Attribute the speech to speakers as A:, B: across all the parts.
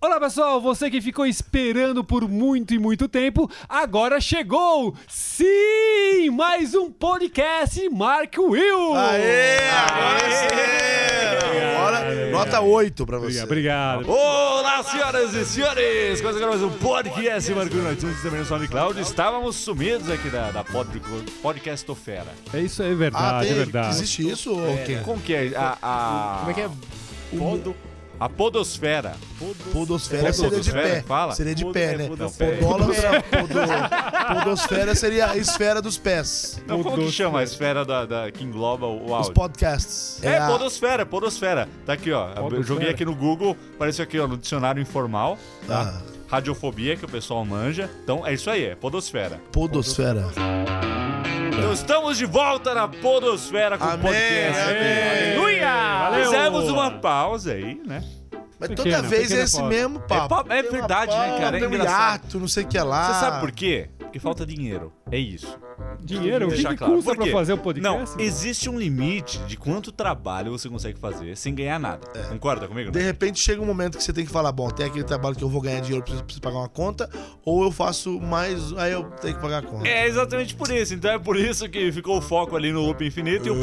A: Olá pessoal, você que ficou esperando por muito e muito tempo, agora chegou! Sim! Mais um podcast Mark Will!
B: Aê, agora
A: Aê!
B: sim! Agora, nota 8 pra você.
A: Obrigado, obrigado.
C: Olá, senhoras e senhores! Começa agora mais um podcast Marco no iTunes também no SoundCloud. Estávamos sumidos aqui da, da pod, podcastofera.
A: É isso aí, é verdade,
B: Ah, tem,
A: é verdade.
B: existe isso? ou o quê?
C: Como que é? A, a,
D: Como é que é?
C: A podosfera.
B: Podosfera seria de
C: Podosfera,
B: pé.
C: fala.
B: Seria de pé, né?
C: Não, pé.
B: Podólatra, podo- podosfera seria a esfera dos pés.
C: Não, como que
A: Podosfera.
C: chama a esfera da, da- que engloba o
B: Os
C: áudio?
B: podcasts.
C: É,
B: a-
C: podosfera, podosfera. Tá aqui, ó.
A: Podosfera.
C: Eu Joguei aqui no Google, apareceu aqui, ó, no dicionário informal.
D: Tá.
B: Ah,
C: Radiofobia, que o pessoal manja. Então, é isso aí, é podosfera.
B: podosfera.
C: Então, estamos de volta na podosfera com o
B: Amém,
C: podcast.
B: amém.
C: Aleluia!
A: Valeu!
C: Fizemos uma pausa aí, né?
B: Mas toda
A: Pequena,
B: vez é
A: pequena
B: esse
A: pausa.
B: mesmo
C: É,
B: papo.
C: pa- é verdade, né, cara? É
B: Tem um
C: engraçado.
B: hiato, não sei o que lá.
C: Você sabe por quê? Porque falta dinheiro. É isso.
A: Dinheiro, o que,
C: Deixar
A: que
C: claro.
A: custa
C: Por
A: pra
C: quê?
A: fazer o podcast? É
C: Não, existe um limite de quanto trabalho você consegue fazer sem ganhar nada. Concorda comigo?
B: É. De
C: né?
B: repente chega um momento que você tem que falar, bom, tem aquele trabalho que eu vou ganhar dinheiro, eu preciso, preciso pagar uma conta, ou eu faço mais, aí eu tenho que pagar a conta.
C: É exatamente por isso. Então é por isso que ficou o foco ali no Loop Infinito e
B: Uhum.
C: o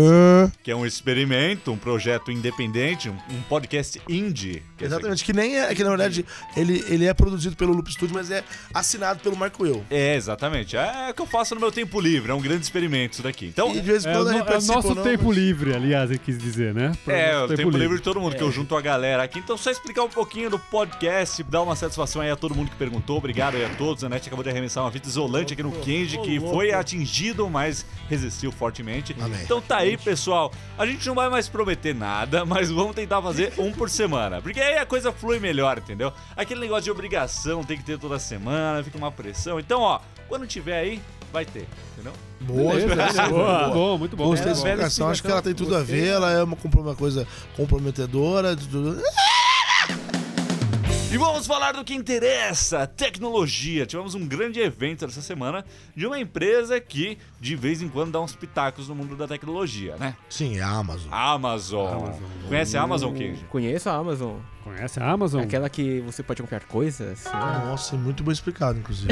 C: podcast, que é um experimento, um projeto independente, um, um podcast indie. que é isso aqui.
B: Exatamente, que nem é, que na verdade ele, ele é produzido pelo Loop Studio, mas é assinado pelo Marco Eu.
C: É, exatamente. É o que eu faço no meu tempo livre. É um grande experimento isso daqui. Então,
B: E de vez em
A: É, o
B: quando a
A: no-
B: gente
A: é o
B: participa.
A: nosso
B: ou não,
A: tempo
B: mas-
A: livre, aliás, ele quis dizer, né? Pro
C: É,
A: nosso
C: o tempo livre É. de todo mundo, que eu junto a galera aqui. Então, só explicar um pouquinho do podcast, dar uma satisfação aí a todo mundo que perguntou. Obrigado aí a todos. A Net acabou de arremessar uma fita isolante aqui no Kenji, que foi atingido, mas resistiu fortemente.
B: Amém.
C: Então tá aí, pessoal. A gente não vai mais prometer nada, mas vamos tentar fazer um por semana. Porque aí a coisa flui melhor, entendeu? Aquele negócio de obrigação tem que ter toda semana, fica uma pressão. Então, ó, quando tiver aí, vai ter, entendeu?
B: Boa,
A: Beleza,
B: beleza,
A: boa.
B: boa.
A: Muito bom, muito bom.
B: Gostei
A: É,
B: dessa explicação, acho que ela tem tudo a ver, ela é uma, compro- uma coisa comprometedora. de tudo.
C: E vamos falar do que interessa, tecnologia. Tivemos um grande evento essa semana de uma empresa que de vez em quando dá uns pitacos no mundo da tecnologia, né?
B: Sim, é a Amazon.
C: Amazon.
A: Amazon.
C: Conhece a Amazon, Kenji?
D: Hum, Conheço a Amazon.
A: Conhece a Amazon?
D: Aquela que você pode comprar coisas. né?
B: Nossa, é muito bem explicado, inclusive.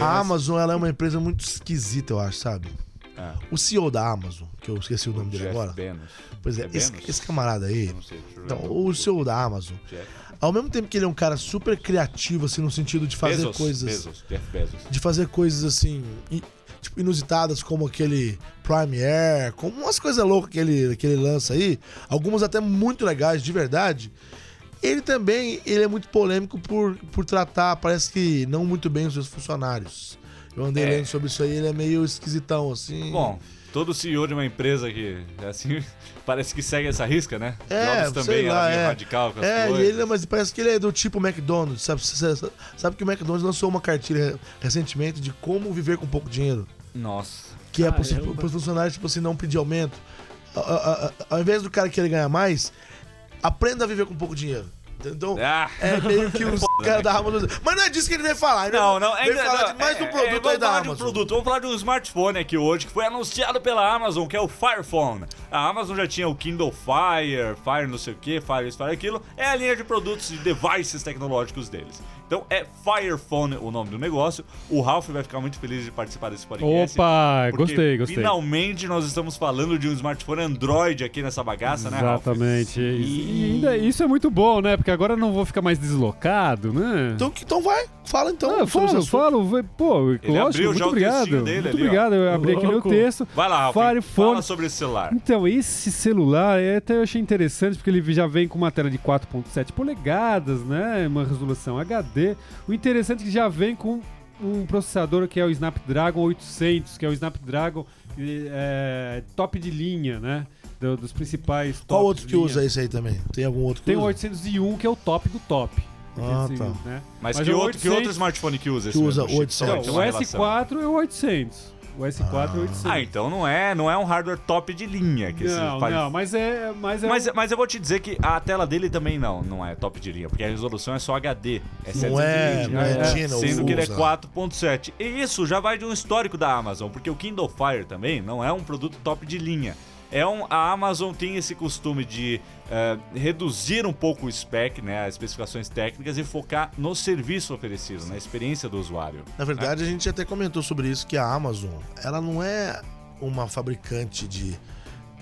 B: a Amazon ela é uma empresa muito esquisita, eu acho, sabe?
C: Ah.
B: O CEO da Amazon, que eu esqueci o nome dele
C: Jeff
B: agora.
C: Bezos.
B: Pois é,
C: É
B: esse,
C: Bezos?
B: esse camarada aí.
C: Não sei. deixa eu
B: Então,
C: ver.
B: o CEO da Amazon,
C: Jeff
B: ao mesmo tempo que ele é um cara super criativo, assim, no sentido de fazer
C: Bezos,
B: coisas.
C: Bezos. Jeff Bezos.
B: De fazer coisas assim. i- tipo, inusitadas, como aquele Prime Air, como umas coisas loucas que ele, que ele lança aí. Algumas até muito legais, de verdade. Ele também ele é muito polêmico por, por tratar, parece que não muito bem os seus funcionários. Eu andei
C: É.
B: lendo sobre isso aí, ele é meio esquisitão, assim.
C: Bom, todo CEO de uma empresa que assim parece que segue essa risca, né?
B: É,
C: Jobs
B: sei
C: também
B: lá,
C: era meio
B: é.
C: radical com as
B: É, e
C: coisas.
B: ele, mas parece que ele é do tipo McDonald's, sabe? Cê- cê- Sabe que o McDonald's lançou uma cartilha re- recentemente de como viver com pouco dinheiro.
C: Nossa.
B: Que é possível para os funcionários, tipo assim, não pedir aumento. A- a- a- Ao invés do cara querer ganhar mais, aprenda a viver com pouco dinheiro. Então,
C: Ah.
B: é meio que os caras da Amazon. Mas não é disso que ele veio falar. Ele
C: né, Não, não, é
B: veio falar
C: não,
B: de mais
C: é-
B: do produto
C: é,
B: aí
C: vamos
B: da
C: falar de um
B: Amazon.
C: produto. Vamos falar de um smartphone aqui hoje que foi anunciado pela Amazon, que é o Fire Phone. A Amazon já tinha o Kindle Fire, Fire não sei o que, Fire isso, Fire aquilo. É a linha de produtos e devices tecnológicos deles. Então é Fire Phone o nome do negócio. O Ralph vai ficar muito feliz de participar desse podcast.
A: Opa,
C: porque
A: gostei, gostei.
C: Finalmente nós estamos falando de um smartphone Android aqui nessa bagaça, né, Ralph?
A: Exatamente. E ainda isso é muito bom, né? Porque agora eu não vou ficar mais deslocado, né?
B: Então, que- então vai, fala então.
A: Ah,
B: sobre
A: falo,
B: esse assunto.
A: falo, vai- pô, lógico,
C: abriu já
A: muito
C: o textinho
A: obrigado.
C: dele
A: muito
C: ali, ó.
A: obrigado, eu abri aqui meu
D: Louco.
A: texto.
C: Vai lá, Ralph.
A: Fire
C: Fala
A: Phone.
C: sobre esse celular.
A: Então, esse celular eu até achei interessante porque ele já vem com uma tela de 4.7 polegadas, né? Uma resolução HD. O interessante é que já vem com um processador que é o Snapdragon 800, que é o Snapdragon eh, top de linha, né? Do- dos principais
B: Qual
A: tops
B: outro
A: de
B: que
A: linha.
B: usa esse aí também? Tem um algum outro que
A: Tem o
B: usa?
A: 801, que é o top do top.
B: Ah,
A: 801,
B: tá.
A: né?
C: Mas,
A: Mas
C: que,
A: é o
C: outro, que
A: 800.
C: outro smartphone que usa esse
B: Que usa
C: mesmo chip?
B: 800.
C: Só pra
A: Não,
C: ter
A: o
C: uma então relação.
A: S4 é o 800. O S4 é o 800.
C: Ah, então não é, não é um hardware top de linha é que esse
A: Não,
C: Fire-
A: não, mas é. Mas, é
C: Mas, mas eu vou te dizer que a tela dele também não, não é top de linha, porque a resolução é só HD. É
B: Não é,
C: 720,
B: não
A: é
C: né?
B: China,
C: Sendo que ele é
B: usa.
C: 4.7. E isso já vai de um histórico da Amazon, porque o Kindle Fire também não é um produto top de linha. é um, a Amazon tem esse costume de eh, reduzir um pouco o spec, né, as especificações técnicas, e focar no serviço oferecido, na experiência do usuário.
B: Na verdade, a gente até comentou sobre isso, que a Amazon, ela não é uma fabricante de,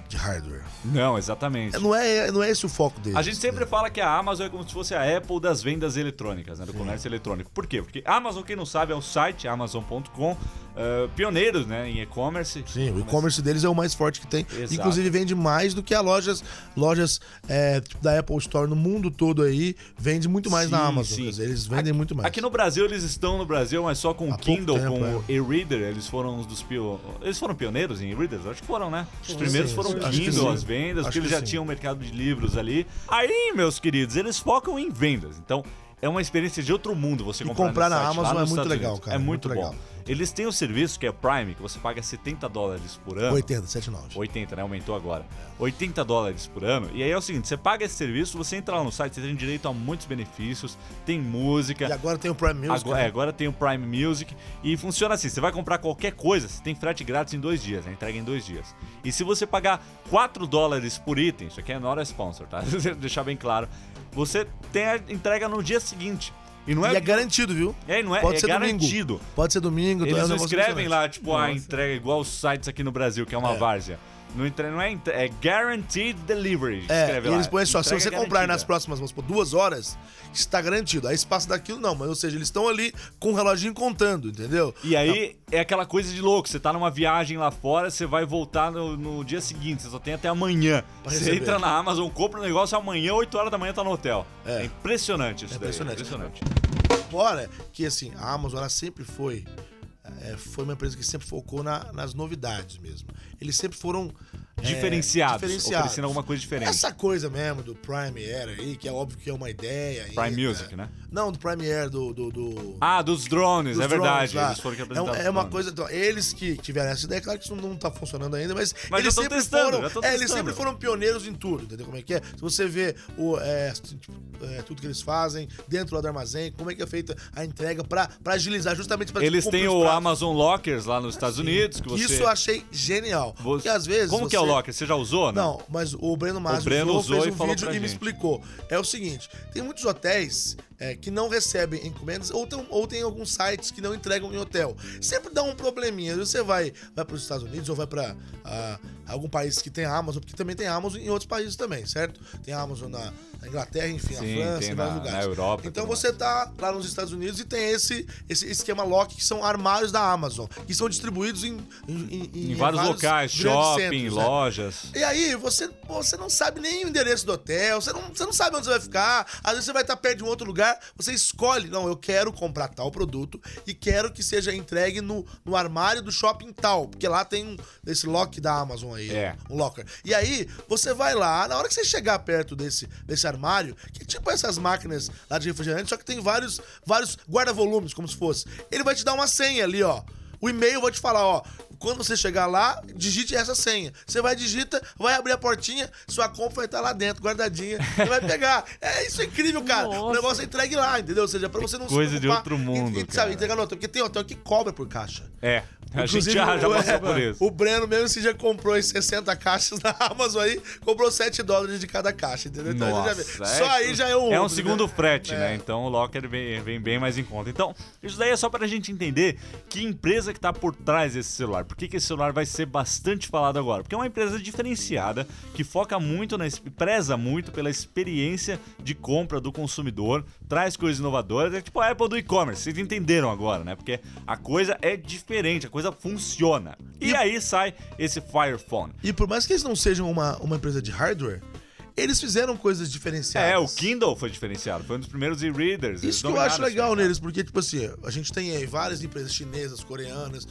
B: de hardware.
C: Não, exatamente.
B: Não é, não é esse o foco dele.
C: A gente sempre fala que a Amazon é como se fosse a Apple das vendas eletrônicas, né? Do comércio eletrônico. Por quê? Porque a Amazon, quem não sabe, é o site amazon.com, eh, pioneiro né, em e-commerce.
B: Sim, o e-commerce deles é o mais forte que tem.
C: Exato.
B: Inclusive vende mais do que as lojas, lojas é, tipo, da Apple Store no mundo todo aí. Vende muito mais na
C: Sim,
B: Amazon.
C: sim.
B: quer dizer, Eles vendem muito mais.
C: Aqui no Brasil eles estão no Brasil, mas só com
B: Há
C: o
B: pouco
C: Kindle,
B: tempo,
C: com
B: é.
C: o e-reader, eles foram uns dos pio... eles foram pioneiros em e-readers, acho que foram, né? Os primeiros
B: sim,
C: foram o
B: acho que
C: Kindle,
B: sim.
C: as
B: Acho
C: vendas, porque eles
B: que
C: já
B: sim.
C: tinham um mercado de livros ali. Aí, meus queridos, eles focam em vendas. Então, é uma experiência de outro mundo você
B: E
C: comprar,
B: comprar
C: nesse
B: na
C: site, lá
B: Amazon é
C: nos
B: muito
C: Estados
B: legal,
C: Unidos.
B: cara,
C: É
B: muito
C: muito,
B: legal.
C: bom. Eles têm um serviço que é Prime, que você paga 70 dólares por ano.
B: 80, 79.
C: 80, né? Aumentou agora. 80 dólares por ano. E aí é o seguinte: você paga esse serviço, você entra lá no site, você tem direito a muitos benefícios, tem música.
B: E agora tem o Prime Music. né?
C: Agora, é, agora tem o Prime Music e funciona assim: você vai comprar qualquer coisa, você tem frete grátis em dois dias, né? entrega em dois dias. E se você pagar 4 dólares por item, isso aqui é not a sponsor, tá? Deixar bem claro, você tem a entrega no dia seguinte. E não é.
B: E é garantido, viu?
C: é, não é,
B: Pode
C: é
B: ser domingo.
C: garantido.
B: Pode ser domingo. é um
C: Eles não
B: negócio
C: escrevem
B: impressionante.
C: lá, tipo, a entrega igual os sites aqui no Brasil, que é uma várzea. Não, entre... não é, entre... é Guaranteed Delivery.
B: É,
C: escreve
B: e
C: lá.
B: eles põem só, se
C: Entrega
B: você comprar
C: garantida.
B: nas próximas, vamos supor, duas horas, está garantido. Aí se passa daquilo, não, mas ou seja, eles estão ali com o reloginho contando, entendeu?
C: E aí é aquela coisa de louco, você tá numa viagem lá fora, você vai voltar no, no dia seguinte, você só tem até amanhã.
B: Pra
C: Você
B: receber.
C: entra na Amazon, compra o negócio, amanhã, 8 horas da manhã tá no hotel.
B: É.
C: É, impressionante isso
B: É
C: daí.
B: impressionante.
C: impressionante.
B: Fora que, assim, a Amazon, ela sempre foi, é, foi uma empresa que sempre focou na- nas novidades mesmo. Eles sempre foram... é,
C: Diferenciados,
B: diferenciados.
C: oferecendo alguma coisa diferente.
B: Essa coisa mesmo do Prime Era aí, que é óbvio que é uma ideia.
C: Prime
B: ainda.
C: Music, né?
B: Não, do Prime Era, do... do, do-
C: Ah, dos drones,
B: dos
C: é verdade.
B: drones lá.
C: Eles foram que
B: É um-
C: apresentaram
B: é,
C: os
B: uma
C: drones.
B: coisa. Então, eles que tiveram essa ideia, claro que isso não tá funcionando ainda, mas,
C: Mas
B: eles
C: já tão
B: sempre
C: testando,
B: foram.
C: já tão
B: é, eles
C: testando.
B: sempre foram pioneiros em tudo, entendeu como é que é? Se você vê o, é, tipo, é, tudo que eles fazem dentro lá do armazém, como é que é feita a entrega pra, pra agilizar, justamente pra
C: Eles
B: cumprir
C: têm
B: os
C: o
B: prazos.
C: Amazon Lockers lá nos Estados Unidos, que você...
B: Isso eu achei genial.
C: Você-
B: Porque às vezes.
C: Como que é o
B: você-
C: Locker? Você já usou, né?
B: Não, mas o Breno Márcio
C: Breno usou
B: fez
C: e
B: um
C: falou
B: vídeo
C: pra
B: e me
C: gente.
B: explicou. É o seguinte, tem muitos hotéis é, que não recebem encomendas ou tem, ou tem alguns sites que não entregam em hotel. Sempre dá um probleminha. Às vezes Você vai, vai para os Estados Unidos ou vai para algum país que tem Amazon, porque também tem Amazon em outros países também, certo? Tem Amazon na na Inglaterra, enfim,
C: Sim,
B: na França,
C: tem
B: em
C: na-
B: vários lugares.
C: na Europa e
B: Então
C: tudo
B: você tá lá nos Estados Unidos e tem esse, esse esquema lock que são armários da Amazon, que são distribuídos em, em, em-
C: Em vários locais,
B: grandes
C: shopping,
B: centros, né?
C: lojas.
B: E aí, você, pô, você não sabe nem o endereço do hotel, você não, você não sabe onde você vai ficar, às vezes você vai estar perto de um outro lugar, você escolhe, não, eu quero comprar tal produto e quero que seja entregue no, no armário do shopping tal, porque lá tem um, esse lock da Amazon aí,
C: É.
B: um locker. E aí, você vai lá, na hora que você chegar perto desse, desse armário, que é tipo essas máquinas lá de refrigerante, só que tem vários, vários guarda-volumes, como se fosse, ele vai te dar uma senha ali, ó. O e-mail vai te falar, ó, quando você chegar lá, digite essa senha. Você vai digita, vai abrir a portinha, sua compra vai estar lá dentro, guardadinha. Você vai pegar. É isso é incrível, cara. O negócio é entregue lá, entendeu? Ou seja, pra você não
C: coisa de
B: preocupar
C: outro
B: em-
C: mundo,
B: em, sabe,
C: cara.
B: entregar no hotel, porque tem hotel que cobra por caixa.
C: É, a gente
B: Inclusive,
C: já, já
B: o-
C: passou por isso.
B: O Breno mesmo esse dia comprou as 60 caixas da Amazon aí, comprou 7 dólares de cada caixa, entendeu? ele já vê.
C: Nossa,
B: Só aí já é um.
C: É um
B: outro,
C: segundo
B: né?
C: frete,
B: É.
C: né? Então o Locker vem, vem bem mais em conta. Então, isso daí é só pra gente entender que empresa que tá por trás desse celular. Por que, que esse celular vai ser bastante falado agora? Porque é uma empresa diferenciada que foca muito, na, ex- preza muito pela experiência de compra do consumidor, traz coisas inovadoras. É tipo a Apple do e-commerce, vocês entenderam agora, né? Porque a coisa é diferente, a coisa funciona. E, aí sai esse Fire Phone.
B: E por mais que eles não sejam uma, uma empresa de hardware, eles fizeram coisas diferenciadas.
C: É, o Kindle foi diferenciado, foi um dos primeiros e-readers. eles
B: Isso que eu
C: dominaram
B: acho
C: esse
B: legal
C: mercado.
B: neles, porque, tipo assim, a gente tem aí várias empresas chinesas, coreanas,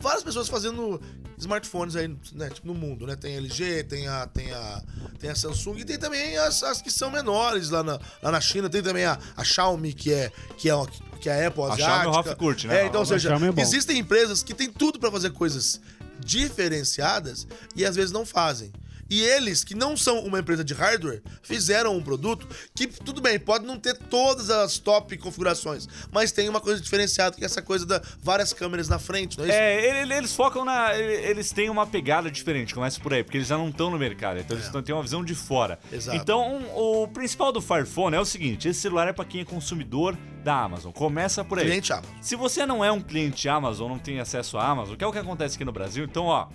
B: várias pessoas fazendo smartphones aí, né, tipo, no mundo, né? Tem a LG, tem a, tem a, tem a Samsung e tem também as, as que são menores lá na, lá na China. Tem também a, a Xiaomi, que é, que é, uma- que é a Apple
C: A
B: asiática.
C: Xiaomi o Ralph curte, né?
B: É, então, ou
C: A
B: seja,
A: Xiaomi é bom.
B: existem empresas que têm tudo pra fazer coisas diferenciadas e às vezes não fazem. E eles, que não são uma empresa de hardware, fizeram um produto que, tudo bem, pode não ter todas as top configurações, mas tem uma coisa diferenciada, que é essa coisa da várias câmeras na frente, não é isso?
C: É, ele- ele- eles focam na. ele- Eles têm uma pegada diferente, começa por aí, porque eles já não estão no mercado, então eles tão- têm uma visão de fora.
B: É. Exato.
C: Então, um, o principal do Fire Phone é o seguinte: esse celular é para quem é consumidor da Amazon. Começa por aí.
B: Cliente Amazon.
C: Se você não é um cliente Amazon, não tem acesso à Amazon, que é o que acontece aqui no Brasil, então, ó,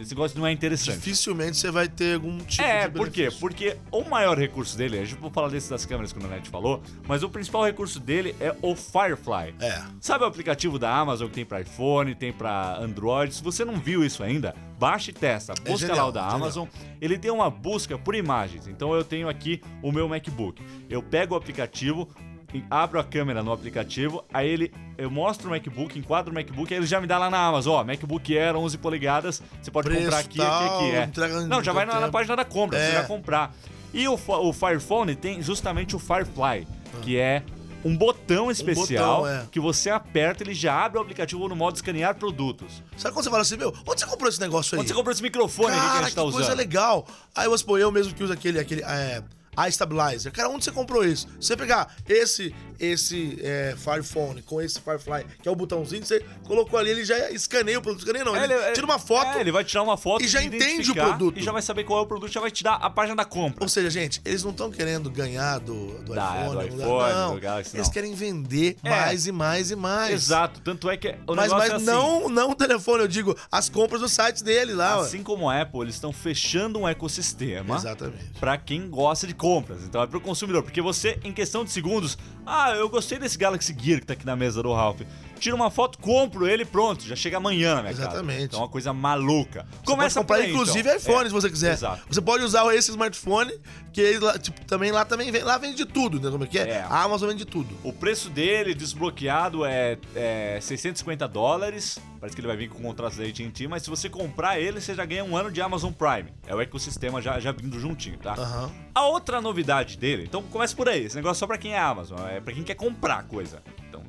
C: esse negócio não é interessante.
B: Dificilmente você vai ter algum tipo
C: É,
B: de
C: por quê?
B: benefício.
C: Porque o maior recurso dele, a gente vou falar desse das câmeras que o Nanete falou, mas o principal recurso dele é o Firefly.
B: É.
C: Sabe o aplicativo da Amazon que tem pra iPhone, tem pra Android? Se você não viu isso ainda, baixa e testa. Busca lá
B: É genial,
C: o da
B: genial.
C: Amazon. Ele tem uma busca por imagens. Então eu tenho aqui o meu MacBook. Eu pego o aplicativo, e abro a câmera no aplicativo, aí ele eu mostro o MacBook, enquadro o MacBook, aí ele já me dá lá na Amazon, ó, MacBook Air 11 polegadas, você pode
B: Preço
C: comprar aqui,
B: tal,
C: aqui, aqui, é.
B: entrega em
C: Não, já vai
B: tanto
C: na, na
B: tempo.
C: página da compra,
B: É.
C: você vai comprar. E o, fa- o Firephone tem justamente o Firefly, que é um botão especial
B: Ah. botão, é.
C: que você aperta, ele já abre o aplicativo no modo escanear produtos.
B: Sabe quando você fala assim, meu, onde você comprou esse negócio aí?
C: Quando você comprou esse microfone aqui que a
B: Cara,
C: gente tá
B: que
C: usando.
B: coisa legal. Aí você pô, eu mesmo que uso aquele, aquele é, Eye Stabilizer. Cara, onde você comprou isso? Se você pegar esse, esse é, Firephone com esse Firefly, que é o botãozinho, você colocou ali, ele já escaneia o produto. Escaneia não,
C: É,
B: ele,
C: é,
B: tira uma foto.
C: é, ele vai tirar uma foto
B: e já
C: te
B: entende o
C: identificar
B: produto.
C: E já vai saber qual é o produto, já vai te dar a página da compra.
B: Ou seja, gente, eles não estão querendo ganhar do, do
C: Da-
B: iPhone,
C: do
B: não,
C: iPhone,
B: não.
C: do Galaxy,
B: Eles
C: não.
B: querem vender
C: É.
B: mais e mais e mais.
C: Exato, tanto é que o
B: Mas,
C: negócio
B: mas
C: é assim.
B: não, não o telefone, eu digo, as compras no site dele lá. ué.
C: Assim como a Apple, eles estão fechando um ecossistema.
B: Exatamente.
C: Pra quem gosta de compras. Então é pro consumidor, porque você em questão de segundos, ah, eu gostei desse Galaxy Gear que tá aqui na mesa do Ralph. Tira uma foto, compro ele, pronto, já chega amanhã na minha casa.
B: Exatamente.
C: Então é uma coisa maluca.
B: Você pode
C: Começa
B: comprar,
C: por aí,
B: inclusive,
C: então.
B: iPhone, se você quiser.
C: exato.
B: Você pode usar esse smartphone, que ele lá, tipo, também lá também vem, lá vende de tudo, né? Como é que é?
C: É.
B: A Amazon vende de tudo.
C: O preço dele desbloqueado é, é 650 dólares. Parece que ele vai vir com o contrato da AT&T, mas se você comprar ele, você já ganha um ano de Amazon Prime. É o ecossistema já, já vindo juntinho, tá?
B: Aham.
C: A outra novidade dele, então começa por aí. Esse negócio é só pra quem é Amazon, é pra quem quer comprar coisa. Então,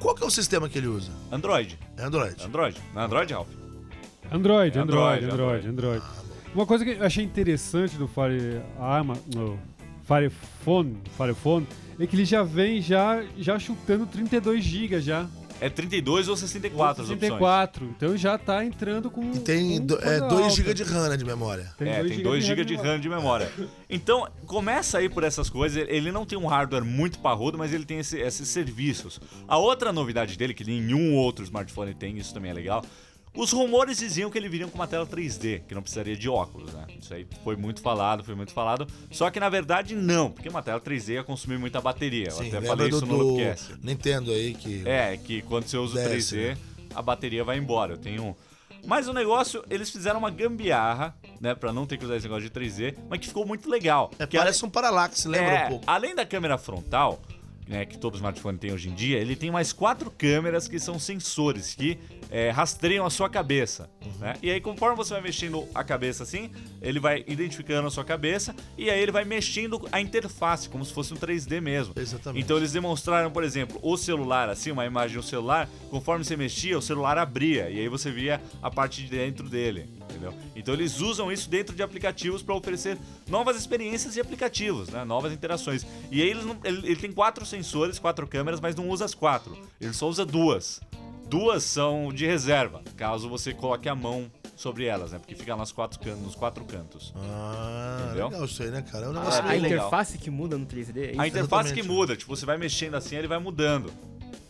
B: Qual que é o sistema que ele usa?
C: Android.
B: É Android.
C: Android. Não é Android, Ralph?
A: Android,
C: É
A: Android,
C: Android,
A: Android, Android. Uma coisa que eu achei interessante do Fire Arma, no Firephone, Firephone, é que ele já vem já já chutando 32 GB já.
C: É 32 ou 64 as opções.
A: 64, então já tá entrando com
B: E tem
A: com
B: do, é,
A: banda
B: 2
A: alta.
B: GB de RAM né, de memória.
C: É,
A: dois
C: tem 2 GB de
A: memória.
C: RAM de memória. Então, começa aí por essas coisas. Ele não tem um hardware muito parrudo, mas ele tem esse- esses serviços. A outra novidade dele, que nenhum outro smartphone tem, isso também é legal. Os rumores diziam que ele viria com uma tela 3D, que não precisaria de óculos, né? Isso aí foi muito falado, foi muito falado. Só que na verdade não, porque uma tela 3D ia consumir muita bateria. Eu até falei isso no Loopcast.
B: Nintendo aí, que...
C: É, que quando você usa o
B: Desce, né?
C: 3D, a bateria vai embora. Eu tenho um. Mas o negócio, eles fizeram uma gambiarra, né, pra não ter que usar esse negócio de 3D, mas que ficou muito legal.
B: É,
C: Que
B: parece um Parallax,
C: ale-
B: lembra
C: é,
B: um pouco.
C: Além da câmera frontal, né, que todo smartphone tem hoje em dia, ele tem mais quatro câmeras que são sensores, que é, rastreiam a sua cabeça,
B: Uhum.
C: né? E aí, conforme você vai mexendo a cabeça assim, ele vai identificando a sua cabeça, e aí ele vai mexendo a interface, como se fosse um 3D mesmo.
B: Exatamente.
C: Então eles demonstraram, por exemplo, o celular, assim, uma imagem do celular, conforme você mexia, o celular abria e aí você via a parte de dentro dele, entendeu? Então eles usam isso dentro de aplicativos para oferecer novas experiências e aplicativos, né? Novas interações. E aí eles não- ele, ele tem quatro sensores, quatro câmeras, mas não usa as quatro. Ele só usa duas. Duas são de reserva, caso você coloque a mão sobre elas, né? Porque fica nas quatro can- nos quatro cantos.
B: Ah,
C: Entendeu?
B: legal isso aí, né, cara? É um
D: A,
B: negócio
C: Ah,
D: a
C: bem legal.
D: interface que muda no 3D, é isso?
C: A interface que
B: Exatamente.
C: muda, tipo, você vai mexendo assim, ele vai mudando.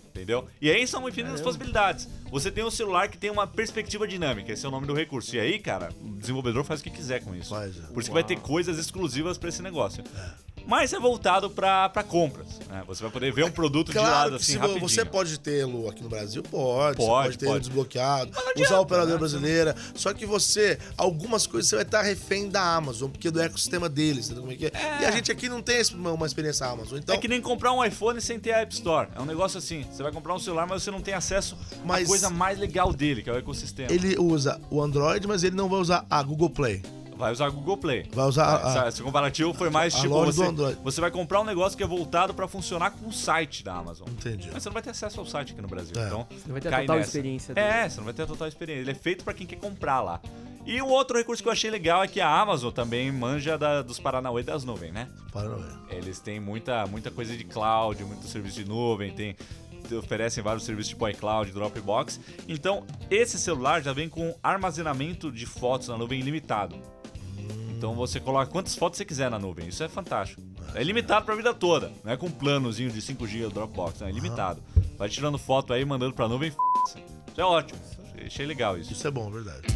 C: Entendeu? E aí são infinitas
B: É.
C: possibilidades. Você tem um celular que tem uma perspectiva dinâmica, esse é o nome do recurso. E aí, cara, o desenvolvedor faz o que quiser com isso.
B: Faz, é.
C: Por isso que vai ter coisas exclusivas pra esse negócio. Mas é voltado pra pra compras. né? Você vai poder ver um produto de lado
B: Claro que
C: assim
B: se vo-
C: rapidinho.
B: você pode tê-lo aqui no Brasil, pode. você
C: Pode,
B: pode ter
C: pode.
B: ele desbloqueado,
C: não adianta,
B: usar a operadora
C: né?
B: brasileira. Só que você, algumas coisas você vai estar refém da Amazon, porque é do ecossistema deles, entendeu como é que é? E a gente aqui não tem esse- uma, uma experiência Amazon. Então,
C: É que nem comprar um iPhone sem ter a App Store. É um negócio assim. Você vai comprar um celular, mas você não tem acesso à
B: Mas-
C: coisa mais legal dele, que é o ecossistema.
B: ele usa o Android, mas ele não vai usar a Google Play.
C: Vai usar Google Play.
B: Vai usar a-
C: Essa- Esse comparativo foi mais
B: a
C: tipo
B: loja do
C: você,
B: Android.
C: você vai comprar um negócio que é voltado pra funcionar com o site da Amazon.
B: Entendi.
C: Mas você não vai ter acesso ao site aqui no Brasil.
B: É.
C: Então,
D: Você não vai ter a
C: cai
D: total
C: nessa.
D: experiência
C: É, você não vai ter a total experiência. Ele é feito pra quem quer comprar lá. E um outro recurso que eu achei legal é que a Amazon também manja da- dos Paranauê das nuvens, né?
B: Para, ué.
C: Eles têm muita, muita coisa de cloud, muito serviço de nuvem, tem te- oferecem vários serviços tipo iCloud, Dropbox. Então, esse celular já vem com armazenamento de fotos na nuvem ilimitado. Então você coloca quantas fotos você quiser na nuvem. Isso é fantástico. É limitado pra vida toda. Não é com um planozinho de 5 GB do Dropbox, não, é limitado. Vai tirando foto aí, mandando pra nuvem. e f***. Isso é ótimo. Achei legal isso.
B: Isso é bom, verdade.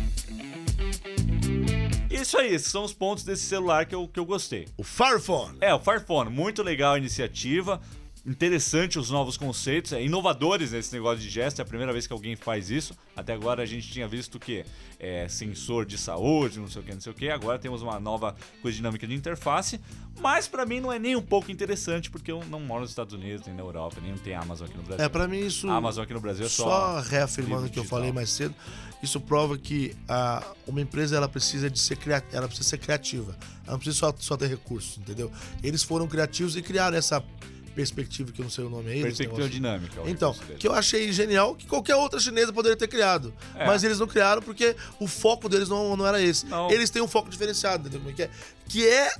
C: Isso aí, esses são os pontos desse celular que eu, que eu gostei.
B: O Fire Phone.
C: É, o Firephone, muito legal a iniciativa. Interessante os novos conceitos, é, inovadores nesse negócio de gesto, é a primeira vez que alguém faz isso. Até agora a gente tinha visto que é sensor de saúde, não sei o que, não sei o que. Agora temos uma nova coisa dinâmica de interface, mas pra mim não é nem um pouco interessante porque eu não moro nos Estados Unidos, nem na Europa, nem tem Amazon aqui no Brasil.
B: É, pra mim isso.
C: A Amazon aqui no Brasil é só,
B: Só reafirmando o que eu
C: digital.
B: falei mais cedo, isso prova que ah, uma empresa ela precisa de ser cria- ela precisa ser criativa. Ela não precisa só, só ter recursos, entendeu? Eles foram criativos e criaram essa perspectiva que eu não sei o nome aí. desse
C: perspectiva
B: um negócio.
C: dinâmica. é o
B: Então,
C: recurso deles.
B: que eu achei genial que qualquer outra chinesa poderia ter criado.
C: É.
B: Mas eles não criaram porque o foco deles não, não era esse.
C: Não.
B: Eles têm um foco diferenciado, entendeu como é que é? Que é.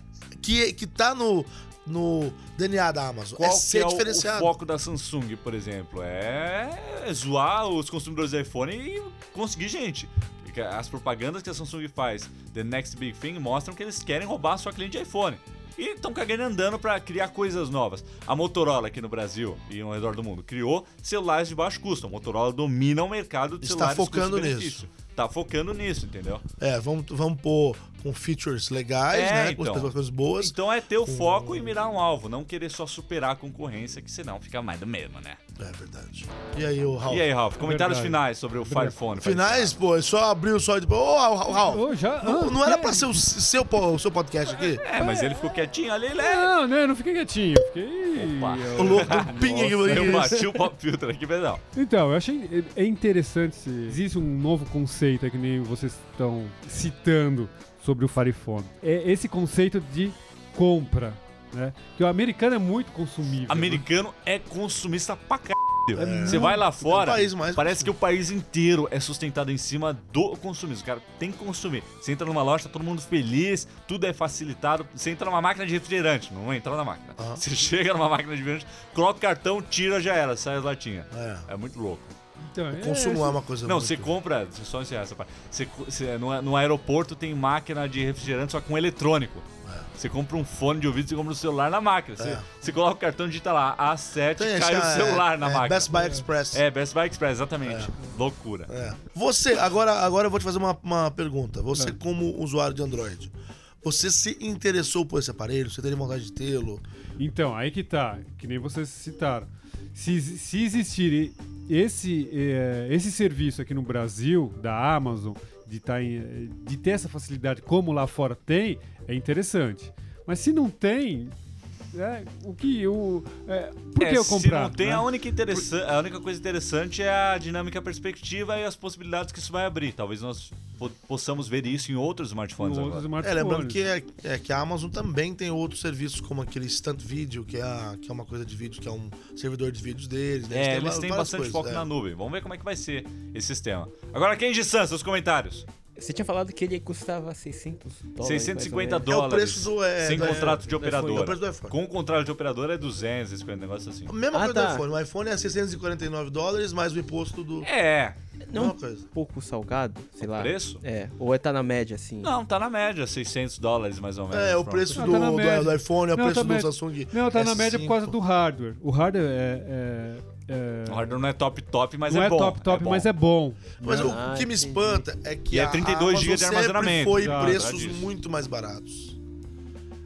B: Que, que tá no, no DNA da Amazon.
C: Qual
B: é
C: que
B: ser
C: é o-
B: diferenciado.
C: O, foco da Samsung, por exemplo, é zoar os consumidores do iPhone e conseguir gente. Porque As propagandas que a Samsung faz, The Next Big Thing, mostram que eles querem roubar a sua cliente de iPhone. E estão cagando e andando para criar coisas novas. A Motorola aqui no Brasil e ao redor do mundo criou celulares de baixo custo. A Motorola domina o mercado de
B: Está
C: celulares
B: focando
C: custo-benefício. Tá focando nisso, entendeu?
B: É, vamos, vamos pôr com features legais,
C: É,
B: né?
C: então.
B: Com as coisas boas.
C: Então é ter o foco e mirar um alvo, não querer só superar a concorrência, que senão fica mais do mesmo, né?
B: É verdade. E aí, o Raul?
C: E aí, Ralf, comentários
A: Verdade.
C: finais sobre o Firephone.
B: Finais, pô, é só abriu só e depois. Ô, Raul, Raul,
A: Ô, já-
B: Não,
A: ah,
B: não era
A: que-
B: pra ser o seu, po- o seu podcast aqui?
C: É, mas ele ficou quietinho ali, ele é.
A: Não, né? Eu não fiquei quietinho. eu Fiquei.
C: Opa.
A: Eu-
B: O louco do pinha que
C: Eu bati o pop filter aqui, mas não.
A: Então, eu achei é é interessante. se Existe um novo conceito aí que nem vocês estão citando sobre o Farifone. É esse conceito de compra, né? Que o americano é muito consumível.
C: Americano é consumista pra caralho.
B: É.
C: Você vai lá fora,
B: É o país mais
C: parece que o país inteiro é sustentado em cima do consumismo. Cara, tem que consumir. Você entra numa loja, tá todo mundo feliz, tudo é facilitado. Você entra numa máquina de refrigerante, não entra na máquina.
B: Aham.
C: Você chega numa máquina de refrigerante, coloca o cartão, tira, já era, sai as latinhas.
B: É.
C: É muito louco.
A: Então, é-
B: Consumo é uma coisa
C: Não,
B: muito-
C: você compra, deixa eu só encerrar essa parte. Você, co- você- no, no aeroporto tem máquina de refrigerante só com eletrônico. Você compra um fone de ouvido, você compra um celular na máquina. Você,
B: É.
C: você coloca o cartão, digita lá A7,
B: Tem,
C: cai
B: essa-
C: o celular
B: é,
C: na
B: é,
C: máquina.
B: Best Buy Express.
C: É, Best Buy Express, exatamente. Loucura.
B: É. Você, agora, agora eu vou te fazer uma, uma pergunta. Você, como usuário de Android, você se interessou por esse aparelho? Você teria vontade de tê-lo?
A: Então, aí que tá, que nem vocês citaram. Se, se existir esse, eh, esse serviço aqui no Brasil, da Amazon, de, tá em- de ter essa facilidade como lá fora tem, é interessante. Mas se não tem, né, o que o, eh, por
C: É,
A: que eu
C: se
A: comprar?
C: não tem,
A: né?
C: a, única interessa- a única coisa interessante é a dinâmica perspectiva e as possibilidades que isso vai abrir. Talvez nós po- possamos ver isso em outros smartphones
A: No
C: agora.
A: outro smartphone.
B: É, lembrando que,
C: né?
B: é, é que a Amazon também tem outros serviços, como aquele Stunt Video, que é, a- que é uma coisa de vídeo, que é um servidor de vídeos deles. né?
C: É,
B: Eles têm
C: eles
B: va-
C: têm
B: várias
C: bastante
B: coisas,
C: foco
B: é.
C: na nuvem. Vamos ver como é que vai ser esse sistema. Agora, Kenji San, seus comentários.
D: Você tinha falado que ele custava 600 dólares.
C: 650
D: dólares.
B: É o
C: dólares.
B: preço do, é,
C: sem
B: do-
C: contrato de
D: do iPhone.
B: É o
C: operadora.
B: preço do iPhone.
C: Com o contrato de operadora é 250, negócio assim.
B: Mesma
D: Ah,
B: coisa do
D: tá.
B: iPhone. O iPhone é 649 dólares, mais o imposto do...
C: É.
D: Não
B: Mesma
D: um
B: coisa.
D: pouco salgado, sei lá.
C: preço?
D: É, ou é tá na média, assim.
C: Não, tá na média, 600 dólares mais ou menos.
B: É, o
C: Pronto.
B: preço
A: Não,
B: do,
A: tá na
B: do-
A: média.
B: do iPhone, é o
A: Não,
B: preço
A: tá
B: do
A: média.
B: Samsung. É
A: Não, tá na
B: S5.
A: média por causa do hardware. O hardware é. é- é-
C: O hardware não é top, top, mas
A: não
C: é,
A: é,
C: bom.
A: top top,
C: é bom.
A: mas é bom.
B: Mas
D: Ah,
B: o que me
D: entendi.
B: espanta é que
C: E é
B: a
C: 32 GB de
B: Amazon sempre
C: armazenamento. Ah, tá
B: foi
A: Já,
B: preços
C: disso.
B: muito mais baratos.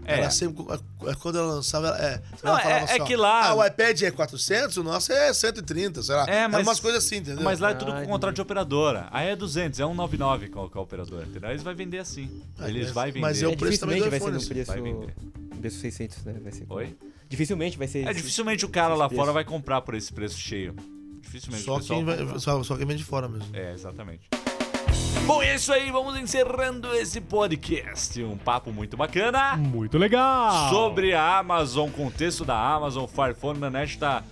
C: É.
B: Ela sempre, é, quando ela lançava, ela- é,
C: Não,
B: ela
C: é-
B: falava
C: é
B: assim, ó,
C: que lá-
B: Ah, o iPad é 400, o nosso é 130, sei lá.
C: É,
B: Era
C: mas-
B: umas coisas assim, entendeu?
C: Mas lá é tudo com
D: Ah,
C: contrato de operadora. Aí é 200, é 199 com a, com a operadora. entendeu? Eles vai vender assim.
B: Ah,
C: Eles
B: mas-
C: vai vender.
B: mas eu-
D: É,
B: o preço também
D: dificilmente
B: do
D: vai ser
B: iPhone,
D: no
B: assim,
D: preço.
C: vai vender.
D: no preço 600, né? Vai ser.
C: Oi?
D: Dificilmente vai ser.
C: É,
D: esse-
C: dificilmente o cara lá
D: Esse
C: fora
D: preço.
C: vai comprar por esse preço cheio. Dificilmente o
B: Só
C: pessoal
B: quem, vai,
C: compra.
B: só, só quem vem de fora mesmo.
C: É, exatamente. Bom, é isso aí. Vamos encerrando esse podcast. Um papo muito bacana
A: Muito legal!
C: sobre a Amazon, contexto da Amazon, Firephone, Nanete tá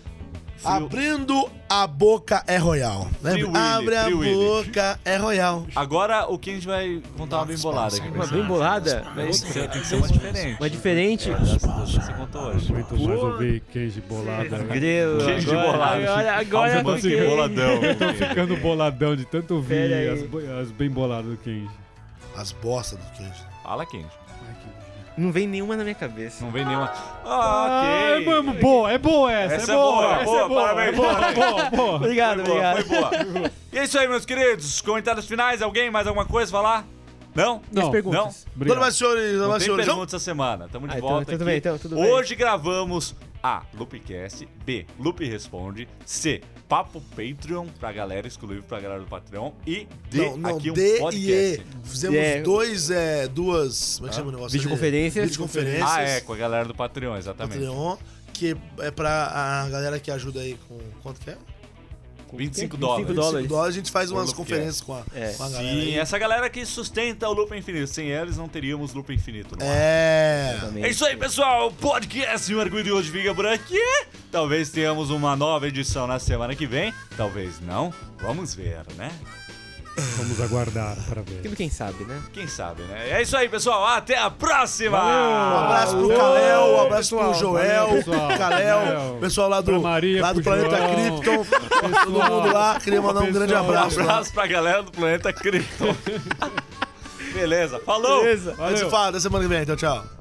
C: Free-
B: Abrindo a boca é royal. né?
C: Free Willy,
B: Abre a
C: Free Willy.
B: boca é royal.
C: Agora o Kenji vai contar uma bem bolada aqui. pra
D: Uma
C: você.
D: bem bolada, mas,
C: Você tem que ser uma diferente.
D: mas diferente.
C: Você contou hoje.
A: Muito mais ouvir Kenji bolada. né?
D: Grelo.
C: Gente de
D: agora-
C: bolada.
D: Agora, agora,
C: Ah, você
D: porque-
C: fica boladão.
A: Ficando boladão de tanto ouvir
D: Pera aí.
A: as, bo- as bem boladas do Kenji.
B: As bostas do queijo.
C: Fala, Kenji.
D: Não vem nenhuma na minha cabeça.
C: Não vem nenhuma.
A: Ah,
C: Ah,
A: é, mano, boa, é boa essa,
C: Essa
A: é
C: é boa,
A: boa,
C: boa,
A: essa é
C: parabéns,
A: boa, é
C: parabéns.
A: boa, boa, boa.
C: Foi
D: Obrigado,
C: boa,
D: obrigado.
C: foi boa. E é isso aí, meus queridos. Comentários finais. Alguém mais alguma coisa falar? Não?
A: Não,
D: As perguntas.
A: obrigado.
B: Dona mais senhores, dona
C: Não
B: mais
C: tem
B: senhores.
C: perguntas essa semana. Tamo de
D: Ah, então-
C: volta
D: tudo
C: aqui.
D: bem, então, tudo bem.
C: Hoje gravamos A. Loopcast. B. Loop Responde. C. Papo Patreon pra galera exclusivo pra galera do Patreon. E D.
B: Não, não,
C: aqui um
B: D e E.
C: podcast.
B: Fizemos
D: É.
B: dois, é, duas. Como é que chama o negócio?
D: Videoconferências.
B: Videoconferências.
C: Ah, é, com a galera do Patreon, exatamente.
B: Patreon, que é pra a galera que ajuda aí com. Quanto que é?
C: 25
D: 25
C: dólares.
D: dólares.
B: 25 dólares, a gente faz umas
C: Loopcast.
B: conferências com a,
D: É.
B: com a galera.
C: Sim,
B: aí.
C: essa galera que sustenta o Loop Infinito. Sem eles não teríamos Loop Infinito. Não
B: É.
D: Exatamente.
C: É isso aí, pessoal. O podcast do Arguido de hoje fica por aqui. Talvez tenhamos uma nova edição na semana que vem. Talvez não. Vamos ver, né?
A: Vamos aguardar para ver.
D: Aquilo quem sabe, né?
C: Quem sabe, né? É isso aí, pessoal. Até a próxima.
B: Um abraço pro
A: Alô,
B: Kalel, um abraço
A: Ah, pessoal.
B: pro Joel,
A: Valeu, pessoal.
B: Kalel,
A: Valeu.
B: pessoal lá do,
A: Pra Maria,
B: lá do
A: pro
B: Planeta
A: João.
B: Krypton, todo
A: Pessoal.
B: mundo lá, queria mandar um grande
A: Pessoal.
C: Um
B: abraço. lá.
C: abraço pra galera do Planeta Krypton. Beleza, falou!
B: A gente se fala até semana que vem, então tchau.